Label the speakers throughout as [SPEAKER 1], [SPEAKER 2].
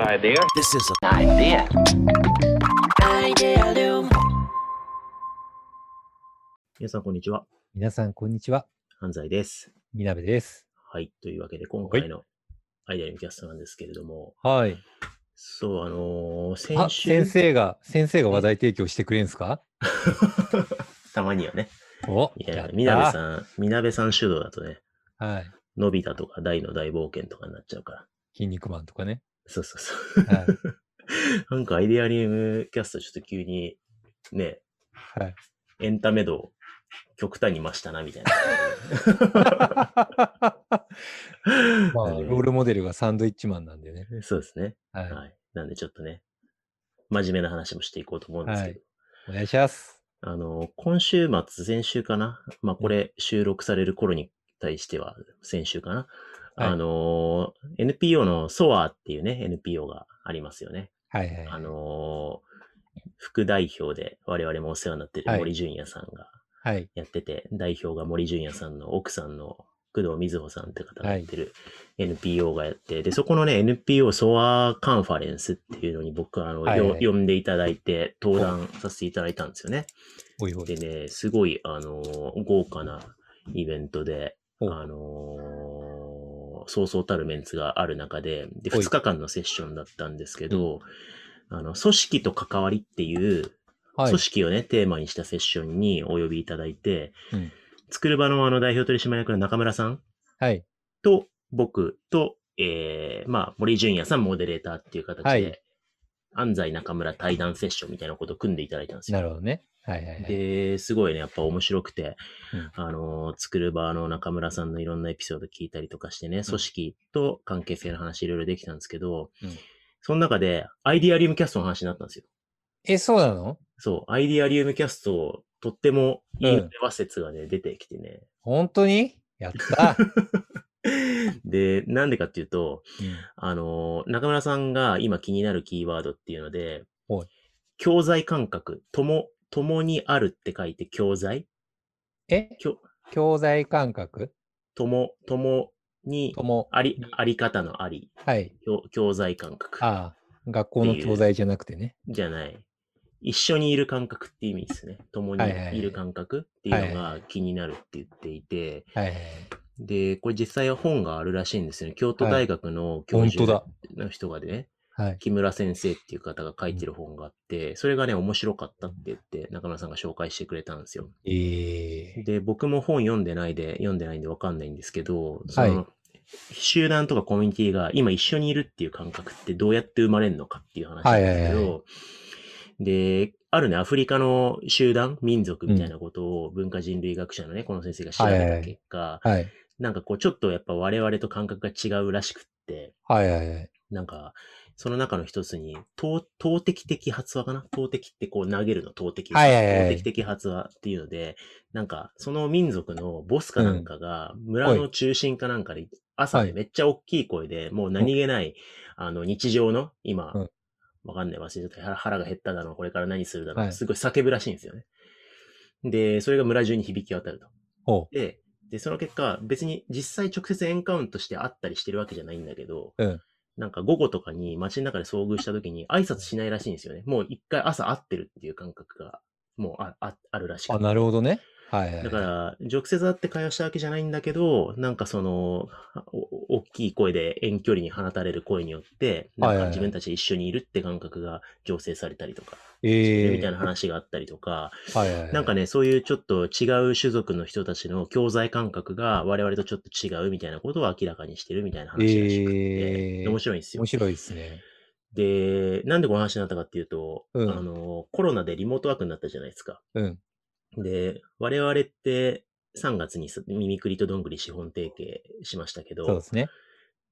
[SPEAKER 1] idea.
[SPEAKER 2] This is a
[SPEAKER 1] Idea.
[SPEAKER 2] 皆さんこんにちは。
[SPEAKER 3] 皆さん、こんにちは。
[SPEAKER 2] 安西です。
[SPEAKER 3] みなべです。
[SPEAKER 2] はい。というわけで、今回のアイデアのキャストなんですけれども、
[SPEAKER 3] はい。
[SPEAKER 2] そう、あのー
[SPEAKER 3] あ、
[SPEAKER 2] 先週、
[SPEAKER 3] 先生が、先生が話題提供してくれんすか
[SPEAKER 2] たまにはね、
[SPEAKER 3] お
[SPEAKER 2] いや
[SPEAKER 3] っ、た
[SPEAKER 2] みなべさん、みなべさん主導だとね、
[SPEAKER 3] はい。
[SPEAKER 2] のび太とか大の大冒険とかになっちゃうから。
[SPEAKER 3] 筋肉マンとかね。
[SPEAKER 2] そうそうそう。
[SPEAKER 3] は
[SPEAKER 2] なんかアイデアリウムキャストちょっと急に、ね、
[SPEAKER 3] はい。
[SPEAKER 2] エンタメ度を極端に増したな、みたいな。
[SPEAKER 3] まあ、
[SPEAKER 2] な
[SPEAKER 3] ロ
[SPEAKER 2] るほど
[SPEAKER 3] ールモデルがサンドイッチマンなんでね。
[SPEAKER 2] そうですね。
[SPEAKER 3] はい。
[SPEAKER 2] はい。なんでちょっとね、真面目な話もしていこうと思うんですけど、
[SPEAKER 3] お願いします。
[SPEAKER 2] あの、今週末、先週かなまあ、これ収録される頃に対しては、先週かな、
[SPEAKER 3] はい
[SPEAKER 2] あの、NPO の SOA っていうね、NPO がありますよね。
[SPEAKER 3] はいはい。
[SPEAKER 2] あの、副代表で我々もお世話になってる
[SPEAKER 3] はい
[SPEAKER 2] 森純也さんが
[SPEAKER 3] はい。
[SPEAKER 2] やってて、代表が森純也さんの奥さんの工藤瑞穂さんって方がやってる NPO がやって、で、そこのね、NPO ソアカンファレンスっていうのに僕はあの、
[SPEAKER 3] はいはい
[SPEAKER 2] よ呼んでいただいて、登壇させていただいたんですよね。
[SPEAKER 3] おいおい。
[SPEAKER 2] でね、すごい、あのー豪華なイベントで、
[SPEAKER 3] お
[SPEAKER 2] あのーそうそうたるメンツがある中で、で、
[SPEAKER 3] おい
[SPEAKER 2] 2日間のセッションだったんですけど、あの、組織と関わりっていう、
[SPEAKER 3] はい
[SPEAKER 2] 組。織をね、テーマにしたセッションにお呼びいただいて、
[SPEAKER 3] うん
[SPEAKER 2] 作る場のあの代表取締役の中村さん
[SPEAKER 3] はい。
[SPEAKER 2] と僕と、えー、まあ、森純也さんモデレーターっていう形で、
[SPEAKER 3] はい
[SPEAKER 2] 安西中村対談セッションみたいなことを組んでいただいたんですよ
[SPEAKER 3] な。るほどね。はいはいはい。
[SPEAKER 2] で、すごいね、やっぱ面白くて、
[SPEAKER 3] うん
[SPEAKER 2] あの、作る場の中村さんのいろんなエピソード聞いたりとかしてね、組織と関係性の話いろいろできたんですけど、
[SPEAKER 3] うん
[SPEAKER 2] その中で、アイディアリウムキャストの話になったんですよ。
[SPEAKER 3] え、そうなの
[SPEAKER 2] そう、アイディアリウムキャスト、とってもいい和説がね、出てきてね。
[SPEAKER 3] 本当にや った。
[SPEAKER 2] で、なんでかっていうと、
[SPEAKER 3] うん
[SPEAKER 2] あの、中村さんが今気になるキーワードっていうので
[SPEAKER 3] おい、
[SPEAKER 2] 教材感覚、とも、共にあるって書いて教材
[SPEAKER 3] え
[SPEAKER 2] きょ
[SPEAKER 3] 教材感覚
[SPEAKER 2] とも、ともに
[SPEAKER 3] とも。
[SPEAKER 2] あり、あり方のあり、
[SPEAKER 3] はい。
[SPEAKER 2] 教教材感覚
[SPEAKER 3] ああ、学校の教材じゃなくてね。
[SPEAKER 2] じゃない。一緒にいる感覚って意味ですね。共に
[SPEAKER 3] はいはいはい
[SPEAKER 2] いる感覚っていうの
[SPEAKER 3] は
[SPEAKER 2] が
[SPEAKER 3] い
[SPEAKER 2] 気になるって言っていて、
[SPEAKER 3] はいはいはい。
[SPEAKER 2] で、これ実際は本があるらしいんですよね。京都大学の教
[SPEAKER 3] 本当
[SPEAKER 2] 授
[SPEAKER 3] だ。
[SPEAKER 2] の人がね、
[SPEAKER 3] はい。
[SPEAKER 2] 木村先生っていう方が書いてる本があって、それがね、面白かったって言って、中村さんが紹介してくれたんですよ。
[SPEAKER 3] ええ
[SPEAKER 2] で、僕も本読んでないで、読んでないんでわかんないんですけど、その、
[SPEAKER 3] は
[SPEAKER 2] 集団とかコミュニティが今一緒にいるっていう感覚ってどうやって生まれるのかっていう話なんですけど、
[SPEAKER 3] はいはいは
[SPEAKER 2] で、あるね、アフリカの集団、民族みたいなことを文化人類学者のね、この先生が調べ
[SPEAKER 3] はいはい
[SPEAKER 2] た
[SPEAKER 3] はい
[SPEAKER 2] 結果、
[SPEAKER 3] はい。
[SPEAKER 2] なんかこう、ちょっとやっぱ我々と感覚が違うらしくって、
[SPEAKER 3] はいはいはい。
[SPEAKER 2] なんか、その中の一つに、投投擲的発話かな投擲ってこう投げるの投擲。
[SPEAKER 3] はいはいはい
[SPEAKER 2] 投擲的発話っていうので、なんか、その民族のボスかなんかが、村の中心かなんかで、朝
[SPEAKER 3] は
[SPEAKER 2] ね、
[SPEAKER 3] い
[SPEAKER 2] めっちゃ大きい声で、もう何気ない、あの、日常の、今
[SPEAKER 3] うん、
[SPEAKER 2] わかんない、忘れちゃった。腹腹が減っただろう、これから何するだろ
[SPEAKER 3] は
[SPEAKER 2] う、
[SPEAKER 3] い
[SPEAKER 2] すごい叫ぶらしいんですよね。で、それが村中に響き渡ると。
[SPEAKER 3] ほ
[SPEAKER 2] で、で、その結果、別に実際直接エンカウントして会ったりしてるわけじゃないんだけど、
[SPEAKER 3] うん
[SPEAKER 2] なんか午後とかに街の中で遭遇した時に挨拶しないらしいんですよね。もう一回朝会ってるっていう感覚が、もうあああるらし
[SPEAKER 3] う。あ、
[SPEAKER 2] くて。
[SPEAKER 3] なるほどね。はいはい。
[SPEAKER 2] だから、直接会って会話したわけじゃないんだけど、なんかその、お大きい声で遠距離に放たれる声によって、な
[SPEAKER 3] はい
[SPEAKER 2] ん
[SPEAKER 3] は
[SPEAKER 2] か
[SPEAKER 3] いはい
[SPEAKER 2] 自分たち一緒にいるって感覚が醸成されたりとか、
[SPEAKER 3] ええ
[SPEAKER 2] みたいな話があったりとか、
[SPEAKER 3] はいはいはい。
[SPEAKER 2] なんかね、そういうちょっと違う種族の人たちの教材感覚が我々とちょっと違うみたいなことを明らかにしてるみたいな話らしくって、
[SPEAKER 3] えー
[SPEAKER 2] 面白いんですよ
[SPEAKER 3] 面。白いですね。
[SPEAKER 2] で、なんでこの話になったかっていうと、
[SPEAKER 3] うん
[SPEAKER 2] あの、コロナでリモートワークになったじゃないですか。
[SPEAKER 3] うん。
[SPEAKER 2] で、我々って3月にミミクリとどんぐり資本提携しましたけ
[SPEAKER 3] そうで
[SPEAKER 2] ど、
[SPEAKER 3] すね。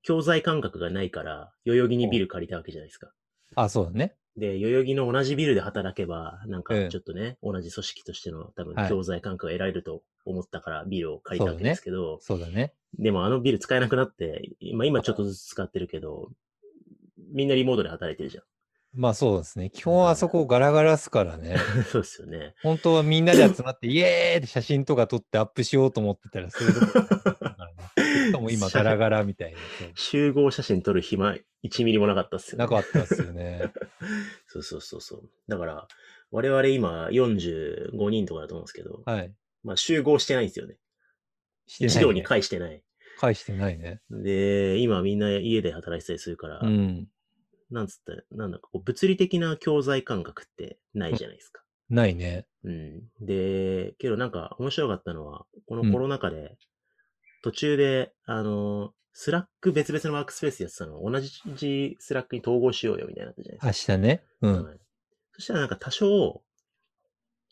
[SPEAKER 2] 教材感覚がないから、代々木にビル借りたわけじゃないですか。
[SPEAKER 3] あ、そうだね。
[SPEAKER 2] で、代々木の同じビルで働けば、なんか
[SPEAKER 3] うん
[SPEAKER 2] ちょっとね、同じ組織としての多
[SPEAKER 3] は
[SPEAKER 2] 分
[SPEAKER 3] い
[SPEAKER 2] 教材感覚が得られると思ったからビルを借りたわけですけど、
[SPEAKER 3] そうだね。
[SPEAKER 2] でもあのビル使えなくなって、今今ちょっとずつ使ってるけど、みんなリモートで働いてるじ
[SPEAKER 3] まあそうですね。基本あそこガラガラっすから ね。
[SPEAKER 2] ゃ ん。そうですよね。
[SPEAKER 3] 本当はみんなで集まって、イエーイって写真とか撮ってアップしようと思ってたら、そういうとこだからね しかも今ガラガラみたいな。
[SPEAKER 2] 集合写真撮る暇1ミリもなかったっすよ、ね。
[SPEAKER 3] なかったっすよね。
[SPEAKER 2] そうそうそうそう。だから、我々今45人とかだと思うんですけど、
[SPEAKER 3] はい。
[SPEAKER 2] まあ集合してないんですよね。
[SPEAKER 3] して
[SPEAKER 2] 一
[SPEAKER 3] ない、
[SPEAKER 2] 堂
[SPEAKER 3] ね
[SPEAKER 2] に。会してない。
[SPEAKER 3] 返してないね。
[SPEAKER 2] で、今みんな家で働いてたりするから、
[SPEAKER 3] うん。
[SPEAKER 2] なんつったら、なんだかこう物理的な教材感覚ってないじゃないですか。
[SPEAKER 3] ないね。
[SPEAKER 2] うん。で、けどなんか面白かったのは、こ
[SPEAKER 3] うん
[SPEAKER 2] のコロナ禍で、途中で、あの、スラック別々のワークスペースやってたのを同じスラックに統合しようよみたいになったじゃないです
[SPEAKER 3] 明日ね。う
[SPEAKER 2] か。
[SPEAKER 3] ん。
[SPEAKER 2] はいそしたらなんか多少、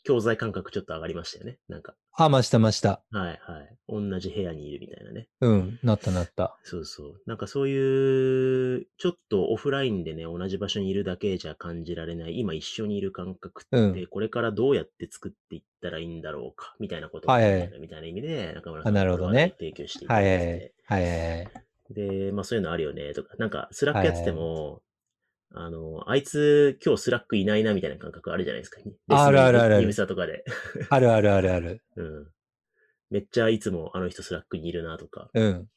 [SPEAKER 2] 教材感覚ちょっと上がりましたよね。なんか、
[SPEAKER 3] あ、ましたました。
[SPEAKER 2] はいはい。同じ部屋にいるみたいなね。
[SPEAKER 3] うん。なったなった。
[SPEAKER 2] そうそう。なんかそういう、ちょっとオフラインでね、同じ場所にいるだけじゃ感じられない、今一緒にいる感覚って、
[SPEAKER 3] うん
[SPEAKER 2] これからどうやって作っていったらいいんだろうか、みたいなことを
[SPEAKER 3] は
[SPEAKER 2] 考
[SPEAKER 3] いはい
[SPEAKER 2] えるみたいな意味で、中村さん
[SPEAKER 3] あなるほどね
[SPEAKER 2] これは提供していただ
[SPEAKER 3] はいい
[SPEAKER 2] て、
[SPEAKER 3] はいはい。はいはいはい。
[SPEAKER 2] で、まあそういうのあるよね、とか、なんかスラックやってても、あの、あいつ今日スラックいないなみたいな感覚あるじゃないですか。
[SPEAKER 3] あるあるあるある
[SPEAKER 2] 指差とかで。
[SPEAKER 3] あるあるあるある。
[SPEAKER 2] うん。めっちゃいつもあの人スラックにいるなとか。
[SPEAKER 3] うん。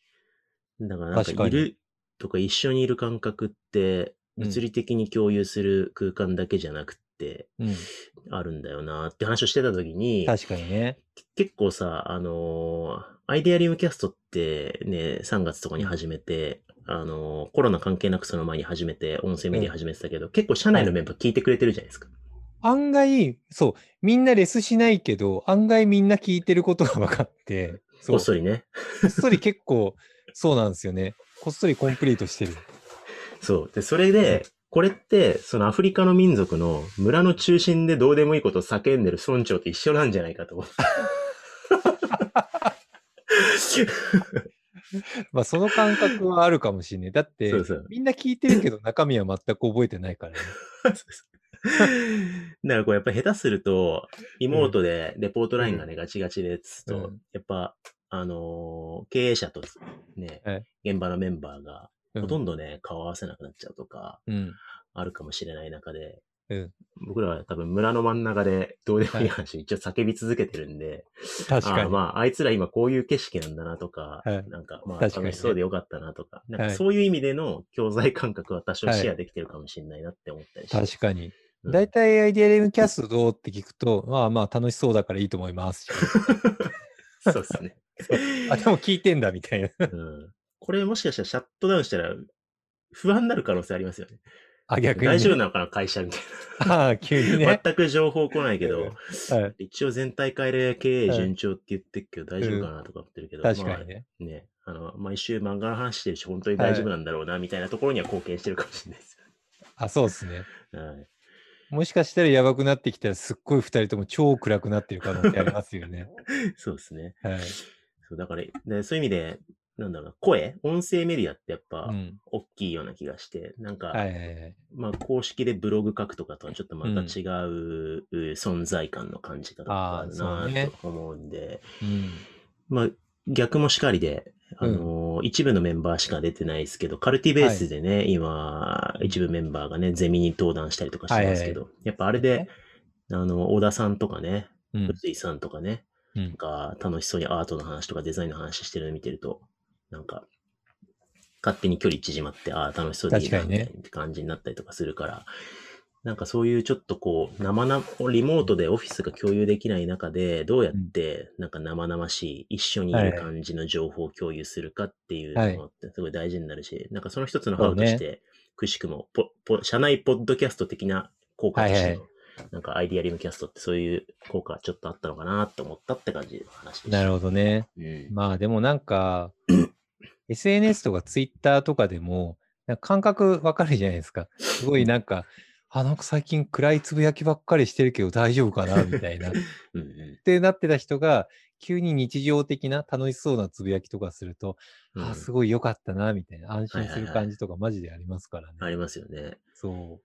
[SPEAKER 2] だからなん
[SPEAKER 3] 確か
[SPEAKER 2] かい
[SPEAKER 3] に
[SPEAKER 2] るとか一緒にいる感覚って
[SPEAKER 3] うん
[SPEAKER 2] 物理的に共有する空間だけじゃなくて
[SPEAKER 3] うん。
[SPEAKER 2] あるんだよなって話をしてた時に
[SPEAKER 3] 確かにね。
[SPEAKER 2] 結構さあのーアイデアリウムキャストってね3月とかに始めてあのーコロナ関係なくその前に始めて音声メディア始めてたけど、結構社内のメンバー聞いてくれてるじゃないですか、
[SPEAKER 3] 案外、そう、みんなレスしないけど、案外みんな聞いてることが分かって、
[SPEAKER 2] こ
[SPEAKER 3] そう
[SPEAKER 2] っそりね
[SPEAKER 3] こっそり結構、そうなんですよね。こっそりコンプリートしてる。
[SPEAKER 2] そうでそれでこれって、そのアフリカの民族の村の中心でどうでもいいことを叫んでる村長と一緒なんじゃないかと思って。
[SPEAKER 3] まあ、その感覚はあるかもしれない。だって
[SPEAKER 2] そうそう、
[SPEAKER 3] みんな聞いてるけど、中身は全く覚えてないからね。
[SPEAKER 2] だからこれやっぱ下手すると、リモートでレポートラインがね、ガチガチでつと、
[SPEAKER 3] うん
[SPEAKER 2] やっぱ、あのー経営者とね、
[SPEAKER 3] はい
[SPEAKER 2] 現場のメンバーが、
[SPEAKER 3] うん、
[SPEAKER 2] ほとんどね、顔合わせなくなっちゃうとか、
[SPEAKER 3] うん。
[SPEAKER 2] あるかもしれない中で、
[SPEAKER 3] うん
[SPEAKER 2] 僕らは多分村の真ん中でどうでもいい話、一応叫び続けてるんで、
[SPEAKER 3] 確か
[SPEAKER 2] あー
[SPEAKER 3] に。
[SPEAKER 2] まあ、あいつら今こういう景色なんだなとか、
[SPEAKER 3] はい
[SPEAKER 2] なんか、まあ、
[SPEAKER 3] 確かにね
[SPEAKER 2] 楽しそうでよかったなとか、なん
[SPEAKER 3] は
[SPEAKER 2] か
[SPEAKER 3] い
[SPEAKER 2] そういう意味での教材感覚は多少
[SPEAKER 3] はい
[SPEAKER 2] シェアできてるかもしれないなって思ったりして。
[SPEAKER 3] 確かに。
[SPEAKER 2] うん
[SPEAKER 3] 大体、アイデアレムキャストどうって聞くと、まあまあ、楽しそうだからいいと思います。
[SPEAKER 2] そうです ね。
[SPEAKER 3] あ、でも聞いてんだ、みたいな。
[SPEAKER 2] うん、これもしかしたらシャットダウンしたら不安になる可能性ありますよね。
[SPEAKER 3] あ、逆にね。
[SPEAKER 2] 大丈夫なのかな、会社みたい
[SPEAKER 3] ああ、急に
[SPEAKER 2] な。
[SPEAKER 3] ね。
[SPEAKER 2] 全く情報来ないけど、
[SPEAKER 3] はい
[SPEAKER 2] 一応全体会で経営順調って言ってるけど、大丈夫かなとか思ってるけど、
[SPEAKER 3] 確かにね。
[SPEAKER 2] まあねあの毎週漫画の話してるし、本当に大丈夫なんだろうな、みたいなところには貢献してるかもしれないです
[SPEAKER 3] あ、そうですね。
[SPEAKER 2] よね。はい
[SPEAKER 3] もしかしたらやばくなってきたら、すっごい二人とも超暗くなってる可能性ありますよ ね。
[SPEAKER 2] そうですね。
[SPEAKER 3] はい。
[SPEAKER 2] そうだからで、そういう意味で、なんだろうな、声音声メディアってやっぱ
[SPEAKER 3] うん。
[SPEAKER 2] 大きいような気がして、なんか、
[SPEAKER 3] はいはいはい。
[SPEAKER 2] まあ、公式でブログ書くとかとはちょっとまた違うう存在感の感じ方がある
[SPEAKER 3] あーそう
[SPEAKER 2] な
[SPEAKER 3] ね
[SPEAKER 2] と思うんで、
[SPEAKER 3] うん。
[SPEAKER 2] まあ、逆もしかりで、あのー一部のメンバーしか出てないですけど、カルティベースでね、今、一部メンバーがね、ゼミに登壇したりとかしてますけど、やっぱあれで、、あの、小田さんとかね、
[SPEAKER 3] うん。
[SPEAKER 2] 藤井さんとかね、
[SPEAKER 3] うん
[SPEAKER 2] なんか楽しそうにアートの話とかデザインの話してるの見てると、なんか、勝手に距離縮まって、ああ、楽しそうでいいな、
[SPEAKER 3] 確
[SPEAKER 2] み
[SPEAKER 3] か
[SPEAKER 2] た
[SPEAKER 3] にね
[SPEAKER 2] いな感じになったりとかするから、なんかそういうちょっとこう、生な、リモートでオフィスが共有できない中で、どうやって、なんか生々しい、一緒にい
[SPEAKER 3] は
[SPEAKER 2] る
[SPEAKER 3] い
[SPEAKER 2] 感じの情報を共有するかっていう
[SPEAKER 3] はい
[SPEAKER 2] のってすごい大事になるし、なんかその一つの
[SPEAKER 3] そ
[SPEAKER 2] ハ
[SPEAKER 3] う
[SPEAKER 2] ウと
[SPEAKER 3] ね
[SPEAKER 2] して、くしくもポ、ポ、社内ポッドキャスト的な効果としての、
[SPEAKER 3] はいはい
[SPEAKER 2] なんかアイディアリムキャストってそういう効果ちょっとあったのかなと思ったって感じの話でした。
[SPEAKER 3] なるほどね。
[SPEAKER 2] うん
[SPEAKER 3] まあでもなん か、SNS とか Twitter とかでも、なんか感覚わかるじゃないですか。すごいなんか、あ、なんか最近暗いつぶやきばっかりしてるけど大丈夫かなみた いな。
[SPEAKER 2] うんう
[SPEAKER 3] ってなってた人が、急に日常的な楽しそうなつぶやきとかすると、
[SPEAKER 2] んうん
[SPEAKER 3] あ、すごい良かったな、みたいな、安
[SPEAKER 2] はいは
[SPEAKER 3] 心
[SPEAKER 2] い
[SPEAKER 3] する
[SPEAKER 2] はい
[SPEAKER 3] 感じとかマジでありますからね。
[SPEAKER 2] ありますよね。
[SPEAKER 3] そ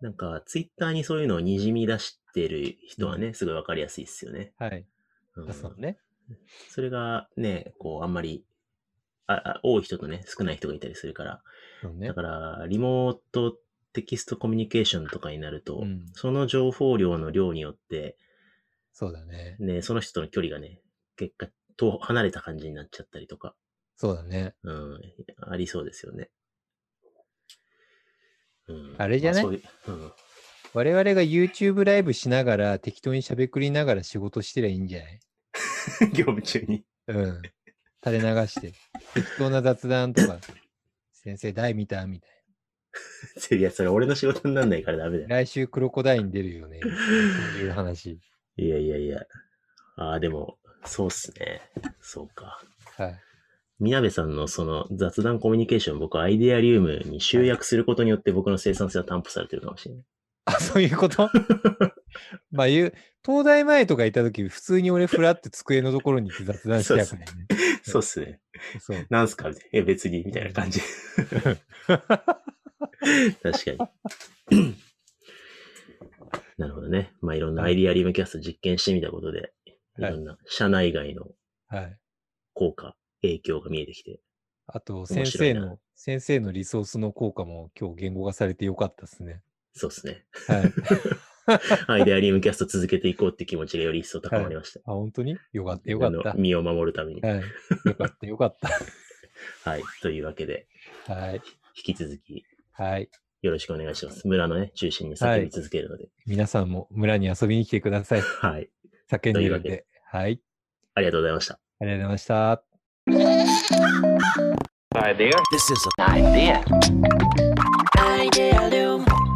[SPEAKER 2] なんか、ツイッターにそういうのをにじみ出してる人はね、すごいわかりやすいですよね。
[SPEAKER 3] う。はい。
[SPEAKER 2] うん
[SPEAKER 3] そうね。
[SPEAKER 2] それがね、こう、あんまり、ああ多い人とね、少ない人がいたりするから。
[SPEAKER 3] そうね
[SPEAKER 2] だ。から、リモートテキストコミュニケーションとかになると、
[SPEAKER 3] うん
[SPEAKER 2] その情報量の量によって、
[SPEAKER 3] そうだね。
[SPEAKER 2] ね、その人との距離がね、結果、遠離れた感じになっちゃったりとか、
[SPEAKER 3] そうだね。
[SPEAKER 2] うん、ありそうですよね。うん
[SPEAKER 3] あれじゃない
[SPEAKER 2] まそういううん、
[SPEAKER 3] 我々が YouTube ライブしながら適当にしゃべくりながら仕事してりゃいいんじゃない
[SPEAKER 2] 業務中に。
[SPEAKER 3] うん。垂れ流して。 適当な雑談とか、先生、台見たみたい
[SPEAKER 2] いや、それ俺の仕事になんないからダメだ
[SPEAKER 3] な。
[SPEAKER 2] よ。
[SPEAKER 3] 来週クロコダイン出るよね。そういう話。
[SPEAKER 2] いやいやいや。ああ、でも、そうっすね。そうか。
[SPEAKER 3] はい。
[SPEAKER 2] みなべさんのその雑談コミュニケーション、僕はアイデアリウムに集約することによって僕の生産性は担保されてるかもしれない。
[SPEAKER 3] あ、そういうことまあ言う、東大前とかいた時、普通に俺フラって机のところに行って雑談してやからね。
[SPEAKER 2] そうっすね。
[SPEAKER 3] そう。
[SPEAKER 2] なんすかみたいな。え、別に、みたいな感じ。確かに。なるほどね。まあ、いろんなアイディアリウムキャスト実験してみたことで、い
[SPEAKER 3] はい
[SPEAKER 2] ろんな社内外の
[SPEAKER 3] はい。
[SPEAKER 2] 効果、影響が見えてきて。
[SPEAKER 3] あと、
[SPEAKER 2] 白い
[SPEAKER 3] 先
[SPEAKER 2] な
[SPEAKER 3] 生の、先生のリソースの効果も今日言語化されてよかったですね。
[SPEAKER 2] そうですね。
[SPEAKER 3] は
[SPEAKER 2] ア
[SPEAKER 3] い。
[SPEAKER 2] イディアリウムキャスト続けていこうって気持ちがより一層高まりました。
[SPEAKER 3] あ、本当によかった、よかっ
[SPEAKER 2] あ
[SPEAKER 3] た
[SPEAKER 2] の。身を守るために。
[SPEAKER 3] はい。よかった、よかっ
[SPEAKER 2] はい。というわけで、
[SPEAKER 3] た。 はい。
[SPEAKER 2] 引き続き
[SPEAKER 3] はい。
[SPEAKER 2] よろしくお願いします。村のね、中心に叫び続けるので。
[SPEAKER 3] 皆さんも村に遊びに来てください。
[SPEAKER 2] はい、
[SPEAKER 3] 叫んでるん
[SPEAKER 2] という
[SPEAKER 3] で。はい。
[SPEAKER 2] ありがとうございました。
[SPEAKER 3] ありがとうございました。
[SPEAKER 1] Idea Loom.